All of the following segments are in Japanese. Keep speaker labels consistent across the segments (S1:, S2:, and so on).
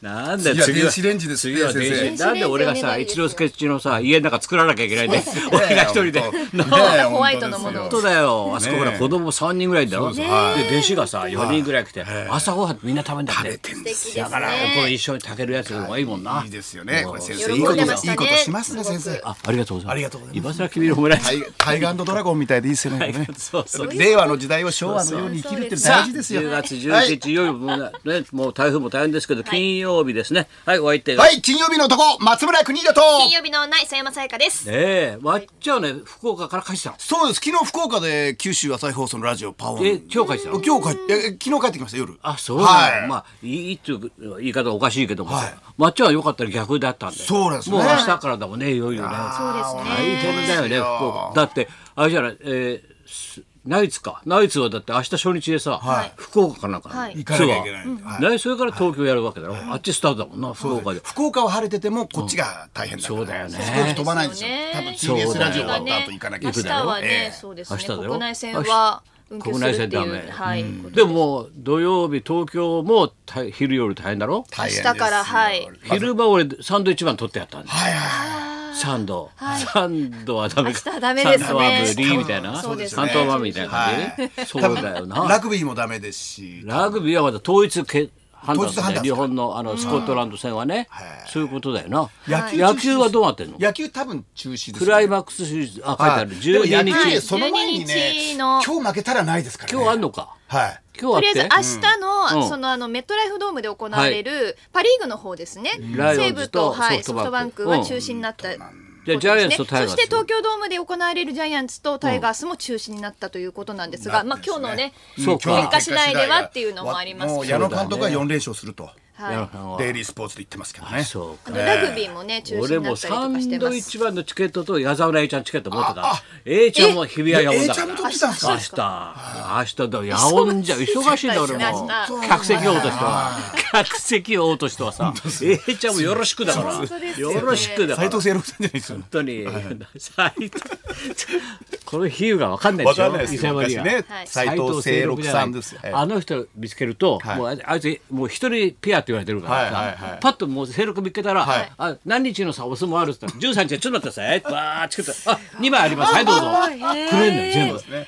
S1: なんだ
S2: 次
S1: よ次は
S2: は電子レンジですって
S1: 次は電子
S2: 先生
S1: レンジなんで俺が
S3: 電子
S1: さ
S3: レンジお願い
S1: 一之輔っちのさ家の中作らなきゃいけないんだよ 俺が一人で
S2: いやいや
S1: な
S2: 本当ねえ
S3: ホワイトのものを
S2: 本
S1: 本当
S2: 当ですよ
S1: だよあそこほ
S2: ね
S1: ら
S2: え
S1: 子供3人ぐらいいんだろで弟子がさ4人ぐらい来て朝ごはんみんな食べんだって
S3: 素敵ですね
S1: だからこれ一緒に炊けるやつの方がいいもんない
S2: いですよねこれ先
S3: 喜
S2: 生
S3: ん
S2: いいこと
S3: で
S2: いい
S3: ま
S2: こ
S3: したね
S2: としますね先
S3: すご
S2: 生
S1: あありがとうございます
S2: ありがとうござい
S1: ます今更君のオムライス
S2: タイタイガードラゴンみたいでいいですよねこれね
S1: そうそう
S2: 令和の時代を昭和のように生きるって大事ですよ
S1: 10月
S2: は
S1: 11
S2: い
S1: 日、いよいよもうね、ねもう台風も大変ですけど、金曜日ですね。はい、お相手が。
S2: はい金曜日の男松村邦洋と
S3: 金曜日のない佐山さやかです。
S1: ええわっちゃんはね、福岡から帰ってきたの。
S2: そうです昨日福岡で九州朝日放送のラジオパオン
S1: え、今日帰ってきたの。
S2: 今日帰ってえ昨日帰ってきました夜
S1: あ、そうなの、
S2: はい
S1: まあ、いいっていう言い方はおかしいけどもさ、
S2: はい
S1: まっちゃんは良かったら逆だったんで。
S2: そうですね
S1: もう明日からだもんね、いよいよね。
S3: そうです
S1: 大
S3: ね。
S1: 変だよね、福岡。だって、あれじゃない、えーすナイツか。ナイツはだって明日初日でさ、
S3: い
S1: 福岡かなんかなの、
S3: はい
S2: 行かなきゃいけないんで
S1: ツアー
S2: はい
S1: ねそれから東京やるわけだろ。あっちスタートだもんな、福岡で。
S2: 福岡は晴れててもこっちが大変だから
S1: うんそうだよね
S2: 飛行機飛ばないんですよ多分
S1: そうだよ
S2: TBS
S1: ね
S2: ラジオ終わった後行かなきゃいけ
S3: 明
S2: ない
S3: 日はね、
S2: ええ
S3: そうです
S1: 明
S3: ね。
S1: 日だろ
S3: 国内線は運休
S1: 国
S3: する
S1: 内
S3: って
S1: 線ダ
S3: い
S1: メ
S3: う。はい。明
S1: でももう土曜日東京も大昼夜大変だろ
S2: 大変
S3: 日
S2: ですよ
S3: からはい。
S1: 昼間俺サンドイッチマン取ってやったんだよ
S2: はいはいはい
S1: サンド、サンドはダメか
S3: 明日ダメですね
S1: サンドは無理みたいな
S3: そうですね
S1: サンドはマみたいな感じ、そうだよ
S2: ラ
S1: な
S2: グビーもダメですし
S1: ラグビーはまだ統一け判断
S2: 統一判
S1: だ
S2: 断
S1: ね日本のあのスコットランド戦はね、
S2: はい
S1: そういうことだよな
S2: 野球
S1: 野球はどうなってんの
S2: 野球多分中止です
S1: クライ
S2: バ
S1: マックスシリーズあ書いてあ
S2: はい
S1: る
S2: でも
S1: 12
S2: 野球
S1: 日
S2: その前に
S3: 12
S2: ね
S3: 日
S2: 今
S3: の
S2: 日負けたらないですからね
S1: 今日あんのか
S2: はい
S1: 今
S3: と
S1: 日
S3: り
S1: あ
S3: あ
S1: っ
S3: えず
S1: て
S3: 明日
S1: うん
S3: のそのあのメットライフドームで行われるパリーグの方ですね。
S1: ライオ
S3: 西
S1: ンズ
S3: 武と
S1: と
S3: はいソ
S1: ソフ
S3: フト
S1: トバ
S3: バ
S1: ン
S3: ン
S1: ク
S3: クは中止になった。
S1: じゃあジャイアンツとタイガース
S3: そして東京ドームで行われるジャイアンツとタイガースも中止になったということなんですが、まあ今日のね、
S1: そうか
S3: 結果次第ではっていうのもあります
S2: もう
S3: し、
S2: 矢野監督は4連勝すると
S3: はい、
S1: や
S3: あ
S1: らんわ
S2: デイリースポーツで言ってますけどね
S1: そうか
S3: のラグビーもね中止
S1: 俺
S3: にな
S1: も
S3: ったり
S1: サ
S3: とかして
S1: ン
S3: ま
S1: ドイッ
S3: す。
S1: チマンのチケットと矢沢麗ちゃんチケット持ってた A ちゃんも日比谷野音だから
S2: え A ちゃんも取ってたんです
S1: 明
S2: か
S1: 日明日だ野音じゃ忙しいんだ俺も
S3: 忙し
S1: 客席を落としては客席を落としてはさ A ちゃんもよろしくだからよろしくだか
S2: 斉
S1: ら
S2: 藤誠郎さんじゃないですよ
S1: 本当に斎藤 この比喩がわかんないでしょ伊勢マリア
S2: ね
S3: はい
S2: 斉藤誠六さんですよ
S1: あの人見つけると、
S2: はい
S1: もうあいつもう一人ペアって言われてるからさ、
S2: はいはいはい
S1: パッともう勢力見つけたら、
S2: はい
S1: あ何日のさお相撲あるっつったら13日ちょっと待ってくだ さいバーッチクッとあ二枚ありますはいどうぞくれんのよ全部
S2: ね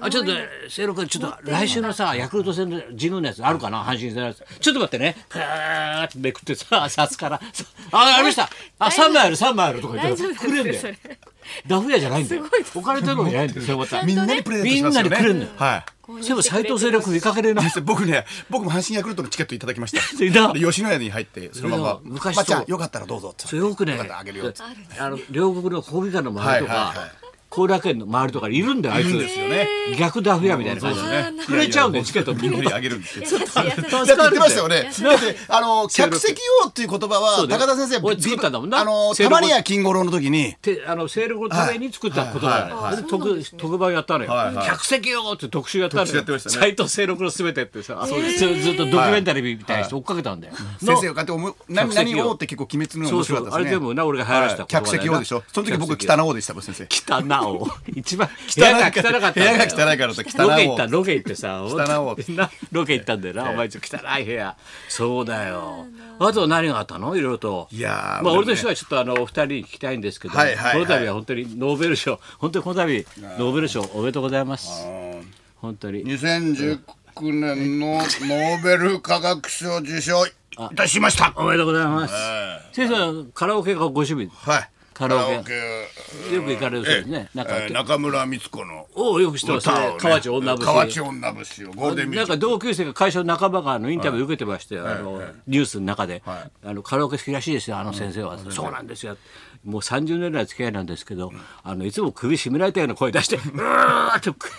S1: あちょっと勢力ちょっと来週のさヤクルト戦の神宮のやつあるかな阪神戦のやつちょっと待ってねパーッてめくってささすからさあありましたあ三枚ある三枚あるとか言ってくれんだよダフ屋じゃないんだよお金取るのじゃないんだよそれまた
S2: みんなにプレゼントしますよね
S1: みんなにくれんのよ
S2: はい
S1: そういえば斎藤勢力見かけれない
S2: 先生僕ね僕も阪神ヤクルトのチケットいただきまし た
S1: いた
S2: で吉野家に入ってそのまま
S1: それが昔
S2: まっちゃ
S1: そ
S2: ん
S1: う
S2: よかったらどうぞって
S1: そうよくね
S2: よかったらあげるよって
S1: あの両国の国技館の周りと
S2: はいはいは
S1: か
S2: い
S1: 後楽園の周りとかいるんだよあいつ
S2: いるんですよね
S1: 逆ダフ屋みたいな感じ
S2: そうですね
S1: くれちゃうんだよチケット
S2: みんなにあげるんですよ
S1: 助
S2: だって言
S1: か
S2: って
S1: るん
S2: ま
S1: だ
S2: したよ
S1: よ
S2: ね。だってあの客席用っていう言葉
S1: そ
S2: は
S1: うだよ
S2: 高田先生
S1: 俺作ったんだもんな
S2: あの
S1: セー
S2: た
S1: ルボ
S2: まには金五郎の時に
S1: てあの勢力のために作った言葉だよ、
S2: はい
S1: それで特特番やったのよ、
S2: はいはい
S1: 客席よーって特集やったの
S2: 特集やって
S1: よ
S2: ましたね
S1: 斎、藤勢力のすべてってさ、それずっとドキュメンタリーみたいにして追っかけたんだよ、の
S2: 先生をかって思うな
S1: 客席
S2: 何
S1: 用
S2: をって結構決めつるのが
S1: そ
S2: 面
S1: うそ
S2: 白
S1: う
S2: かった
S1: あ
S2: ですね。
S1: れ全部な俺が流行らせた
S2: はい
S1: 言葉
S2: 客
S1: だよな
S2: 席用でしょ。その時僕
S1: 客席
S2: 北の王でしたもん先生。
S1: 汚なお 一番部
S2: 汚い
S1: 屋が汚かったんだよ
S2: 部屋が汚いからさ汚なお
S1: ロケ行ったロケ行ってさ
S2: 汚 お
S1: なロケ行ったんだよな、お前ちょっと汚い部屋そうだよあと何があったのいろいろと
S2: いや
S1: まあ
S2: ーでもね
S1: 俺としてはちょっとあのお二人に聞きたいんですけど、
S2: はいはいはい
S1: この度は本当にノーベル賞本当にこの度ノーベル賞おめでとうございます本当に
S4: 2019年のノーベル化学賞受賞いたしました。
S1: おめでとうございます、先生カラオケがご趣味
S4: はい。
S1: カラオケ
S4: カえ
S1: よく行かれるそうですね、なんか、
S4: ー中村光子の
S1: およく知ってます、
S4: 歌を
S1: ね
S4: ね、
S1: 河内女節
S4: 河内女節をゴールデンミュ
S1: な
S4: ー
S1: ん
S4: ジッ
S1: か
S4: ク。
S1: 同級生が会社の半ばがあのインタビュー受けてまして、あのニュースの中で、あのカラオケ好きらしいですよあの先生は、そうなんですよもう30年来付き合いなんですけど、あのいつも首絞められたような声出して「うーってく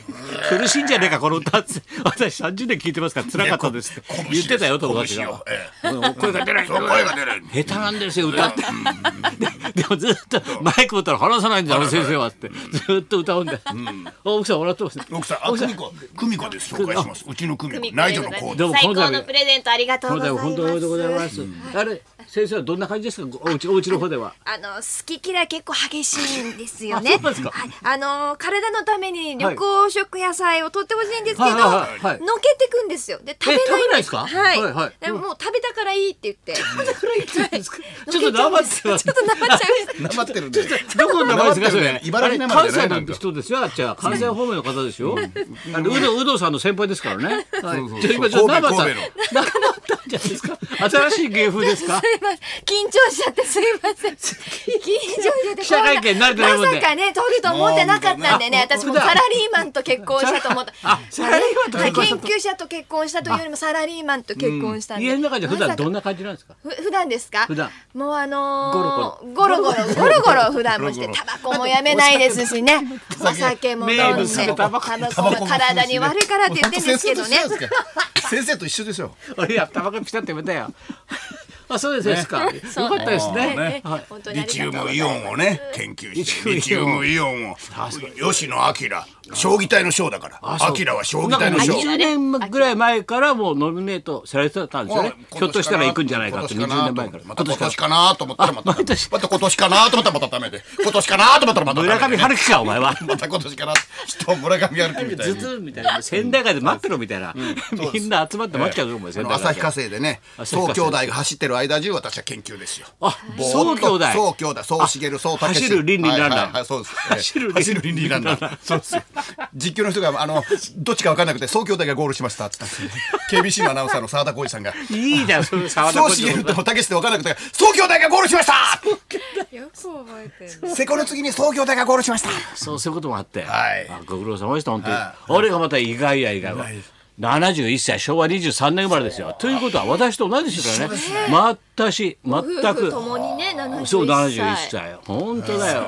S1: 苦しいんじゃねえかこの歌」って私30年聞いてますから辛かったですって言ってたよ友達
S4: 拳
S1: が
S4: を。え
S1: うん声が出ない
S4: えそう声が出ない。
S1: 下手なんですよ歌ってででもずっとマイク持ったら話さないんだよあの先生はってずっと歌うんだよ、奥さん笑ってますね
S4: 奥さん、あ、久美子、久美子です。紹介します。うちの久美子、内助の子
S1: どうもこ
S3: 最
S1: の
S3: 高
S1: 度
S3: のプレゼントありがとう
S1: こ
S3: ござ
S1: の
S3: い
S1: 度
S3: ます。
S1: 本当におめでとうございます。あれ先生はどんな感じですかごおうちおうちの方では
S5: あの好き嫌い結構激しいんですよね。
S1: あそうなんですか
S5: はい、あの体のために緑黄色野菜を取ってほしいんですけど、
S1: はいはいはいはい
S5: のけてくんですよ。で食べない。
S1: え食べないですか
S5: はい。
S1: はいはい
S5: でももう食べたからいいって言って。
S1: ちょっとなまってます
S5: ちょっとなまっちゃいまし
S4: なまってるね。
S1: どこの名前ですかそれ。
S4: 茨城なま
S1: あ
S4: って
S1: れ
S4: るね
S1: 関西の人ですよ。あっちは関西方面の方ですよ。あのうどうどさんの先輩ですからね。はいちょ今ちょっとなまった。な
S4: 神戸
S1: まったんじゃないですか。新しい芸風ですか
S5: た。。すいません緊張しちゃってすいません。緊張しちゃって。
S1: 記者会見慣れてないもんで
S5: まさかね、取ると思ってなかったんでね、私もサラリーマンと結婚したと思 った。
S1: あ、サラリーマンと
S5: は
S1: 結
S5: い、
S1: 婚し
S5: 研究者と結婚したというよりもサラリーマンと結婚した
S1: た
S5: んで、
S1: 家の中で普段ど
S5: まさか
S1: んな感じなんですか。
S5: ふ普段ですか
S1: 普段
S5: もうあのー、ゴロゴロゴロゴロ普段もしてタバコもやめないですしねお酒も飲んで
S1: 名物の
S5: タ
S1: タ
S5: バ
S1: バ
S5: コ
S1: コ
S5: も体に悪いからって言ってんですけどね
S4: 先生と一緒ですか先生と一緒でしょ。
S1: 俺やタバコピタってやめたよ。あ、そうですか。よかったです
S5: はい
S1: ね。
S5: はい本当にあ
S4: リ
S5: り
S4: チ
S5: がと
S4: ウ
S5: うございま
S4: ム
S5: す
S4: イオンをね研究してリ
S1: リ
S4: チ
S1: チ
S4: ウ
S1: ウ
S4: ム
S1: ム
S4: イオンを吉野明将棋隊の将だから明は将棋隊の
S1: なんか
S4: 将
S1: 20年ぐらい前からもうノミネートされてたんですよね。ひょっとしたら行くんじゃないかって20年前から。
S4: また今年かなと思ったらまたま
S1: 毎
S4: た
S1: 年
S4: 今年かなと思ったらまたダメで今年かなと思ったらまた
S1: 村上春樹かお前は。
S4: また今年かな人村上春樹みたい
S1: ず
S4: に
S1: つみたいな仙台街で待ってろみたいな、みんな集まって待っちゃうと思うよ仙台街
S4: 朝日火星でね
S1: 旭
S4: 総
S1: 化成
S4: 兄弟が走ってる間中私は研究ですよ
S1: あ
S4: ぼーっと
S1: 総兄弟
S4: 総兄弟総茂総武
S1: 走る倫理ランナー
S4: はいはいはいそうです
S1: 走る
S4: 走る倫理ランナ ーそうですよ実況の人があのどっちか分かんなくて総兄弟がゴールしましたって言ったんですよ KBC のアナウンサーの澤田浩二さんが
S1: いいじゃんその沢田
S4: 総
S1: コーチ
S4: 茂と武志って分かんなくて総兄弟がゴールしました
S5: よく覚えてる
S4: セコの次に総兄弟がゴールしました
S1: そうそういうこともあって、
S4: はい
S1: あご苦労様でした本当に、
S4: はい
S1: 俺がまた意外や意外は71歳昭和23年生まれですよということは私と同じですからね私全
S5: 夫婦
S1: く
S5: ともにね71歳
S1: そう71歳本当だよ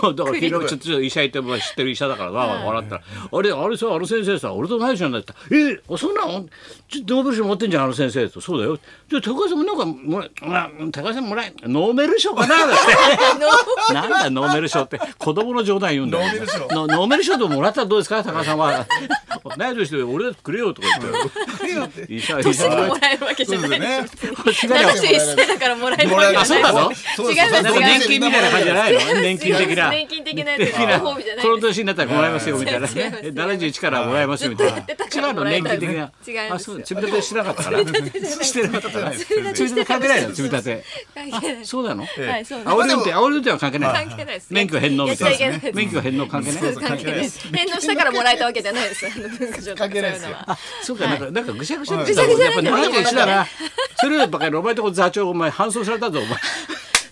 S1: もうだから昨日ちょっと医者行っても知ってる医者だからな笑ったら「あれあれさあの先生さ俺と同い年なんだ」って言ったらえあそんなのちょっとノーベル賞持ってんじゃんあの先生」と「そうだよ」じゃあ高橋さんもなんかもらえあ高橋さんもらえノーベル賞 かな」だってなんだノーベル賞って子供の冗談言うんだよ
S4: ノーベル賞
S1: のノーベル賞でももらったらどうですか高橋さんは「同い年で俺だってくれよ」とか言 って医者医者
S5: すぐ
S1: は
S5: もらえるわけじゃな い
S4: ね
S5: 71歳だからもらえるわけじゃない
S1: あそうなの
S4: そう
S5: 違います
S1: なんか年金みたいな感じじゃないの年金的な。
S5: 年金的なやつ
S1: 的な
S5: ご褒美じゃない
S1: この年になったらもらえますよみたいな
S5: 違います
S1: ね七十からもらえますよみたいな
S5: ずっとやってたか
S1: 違
S5: ら
S1: う
S5: も
S1: の
S5: らえ
S1: 年
S5: た
S1: 金
S5: んです
S1: 的な
S5: 違い
S1: あ
S5: ますよ
S1: そう積み立てしてなかったからしてなかったから積み 立て関係ないの積み立て
S5: 関係ない
S1: そうなの
S5: はいそうです
S1: 煽り運転煽り運転は関係ない
S5: 関係ないです
S1: 免許返納みた
S5: やっちゃ
S1: い
S5: いけないで
S1: な
S5: す
S1: 免許返納関係ない
S5: 関係ないです返納したからもらえたわけじゃないですあの文化庁とかそういうのは
S1: あそうかなんかなんかぐしゃぐしゃに
S5: ぐ
S1: し
S5: しゃ
S1: た
S5: ぐ
S1: も
S5: しゃ
S1: やっぱ七十一だなそれよりばっかりお前のとこ座長お前搬送されたぞお前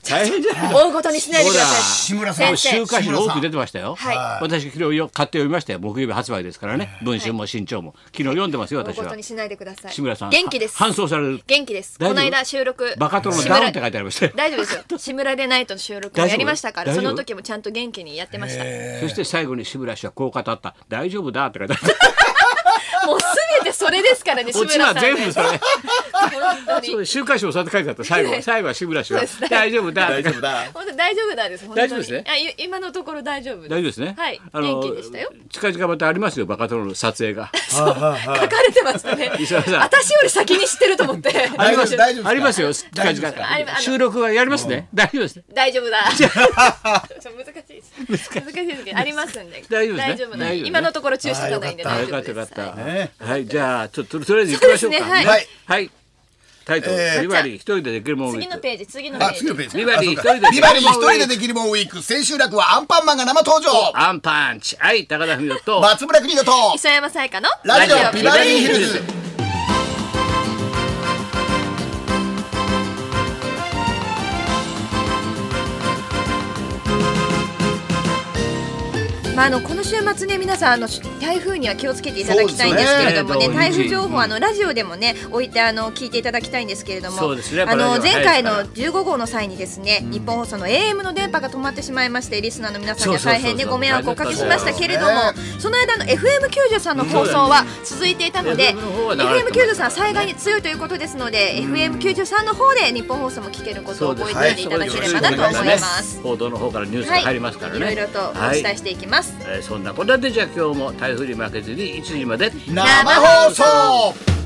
S1: 大変じゃない
S5: 大ごとにしないでくださ
S4: 志村さ
S1: も
S4: ん
S1: う週刊誌に多く出てましたよ。
S5: は
S1: 私昨日よ買って読みましたよ。木曜日発売ですからね。文春も新潮も昨日読んでますよ
S5: い大
S1: 私
S5: ご
S1: は
S5: とに。しないでください
S1: 志村さん。
S5: 元気です
S1: 搬送される。
S5: 元気です。
S1: 大
S5: こ
S1: 丈夫
S5: の間収録。
S1: バカ殿
S5: 志村
S1: ダウンって書いてありましたよ
S5: 大丈夫ですよ。志村でナイトの収録も
S1: 大丈夫
S5: やりましたから、
S1: 大
S5: そ
S1: 丈夫
S5: の時もちゃんと元気にやってました。
S1: そして最後に志村氏はこう語った。大丈夫だって書いてあった。
S5: もうすべてそれですからね、志
S1: こっちは
S5: 村さんね。
S1: 全部それ。
S5: 本当
S1: そう
S5: に。
S1: 週刊誌もそうやって書いてあった。最後は最後は志村氏は
S5: そうで す
S1: 大丈夫だ。
S4: 大丈夫。だ
S5: 本当大丈夫なんです。本当に
S1: 大丈夫ですね
S5: あい今のところ大丈夫です。
S1: 大丈夫ですね。
S5: はい。
S1: あの
S5: 元気でしたよ。
S1: 近々またありますよ。バカ殿の撮影が。
S5: 書かれてますね。
S1: 石原さん
S5: 私より先に知ってると思って。
S1: ありま
S4: 夫
S1: す
S4: 大丈夫ですか
S1: ありますよ。
S4: 大
S1: 近
S4: 丈夫ですか
S5: ありまあ
S1: 々
S5: の
S1: 収録はやりますね。大丈夫です。
S5: 大丈 夫だ。ちょっと難しいです。難しいですけど、ありますんで。
S1: 大丈夫ですね
S5: なん
S1: 大丈夫
S5: で
S1: ね
S5: 今のところ注意していただいて
S1: あ
S5: 大
S1: よ
S5: 丈
S1: かっ
S5: 夫
S1: た
S5: で
S1: よかっ
S5: す。
S1: た。
S5: は
S1: は
S5: い
S1: い、じゃあちょっととりあえず行きましょうか。
S5: そうですねは
S1: はいい。はいタイトル、
S4: えー
S1: ビバリー一人でできるもんウィーク
S5: 次のページ、次のペ
S4: あ
S5: ージ
S4: 次。のページ
S1: ビバリー
S4: あそうか
S1: 一人で
S4: ビバリー一人でできるもんウィーク千秋楽はアンパンマンが生登場
S1: アンパンチ。はい、高田文夫と。
S4: 松村邦洋と
S5: 磯山さやかの
S4: ラジオ
S5: ビ
S4: ビ
S5: バ
S4: バ
S5: リー
S4: リーヒルズ
S5: まあ、あのこの週末ね皆さんあのし台風には気をつけていただきたいんですけれども
S1: そ
S5: ね
S1: うですね
S5: 台風情報あのラジオでもね置いてあの聞いていただきたいんですけれども
S1: そうですねや
S5: あ
S1: っぱ
S5: の
S1: ラジオは
S5: 前回の
S1: 早い
S5: 15号の際にですね、日本放送の AM の電波が止まってしまいましてリスナーの皆さんには
S1: そうそうそ
S5: 大
S1: うそう
S5: 変ねご迷惑をおかけしましたけれども
S4: そう
S5: その間の FM93 の放送は続いていたの
S1: FM
S5: で、
S1: の方は流れてます
S5: FM93 は災害に強いということですので、FM93 の方で日本放送も聞けることを覚えておいていただければなと思います。
S1: 報道の方からニュースが入りますからね。
S5: はい、いろいろとお
S1: はい
S5: 伝えしていきます。
S1: えーそんなこんなでじゃあ今日も台風に負けずに1時まで。
S4: 生放送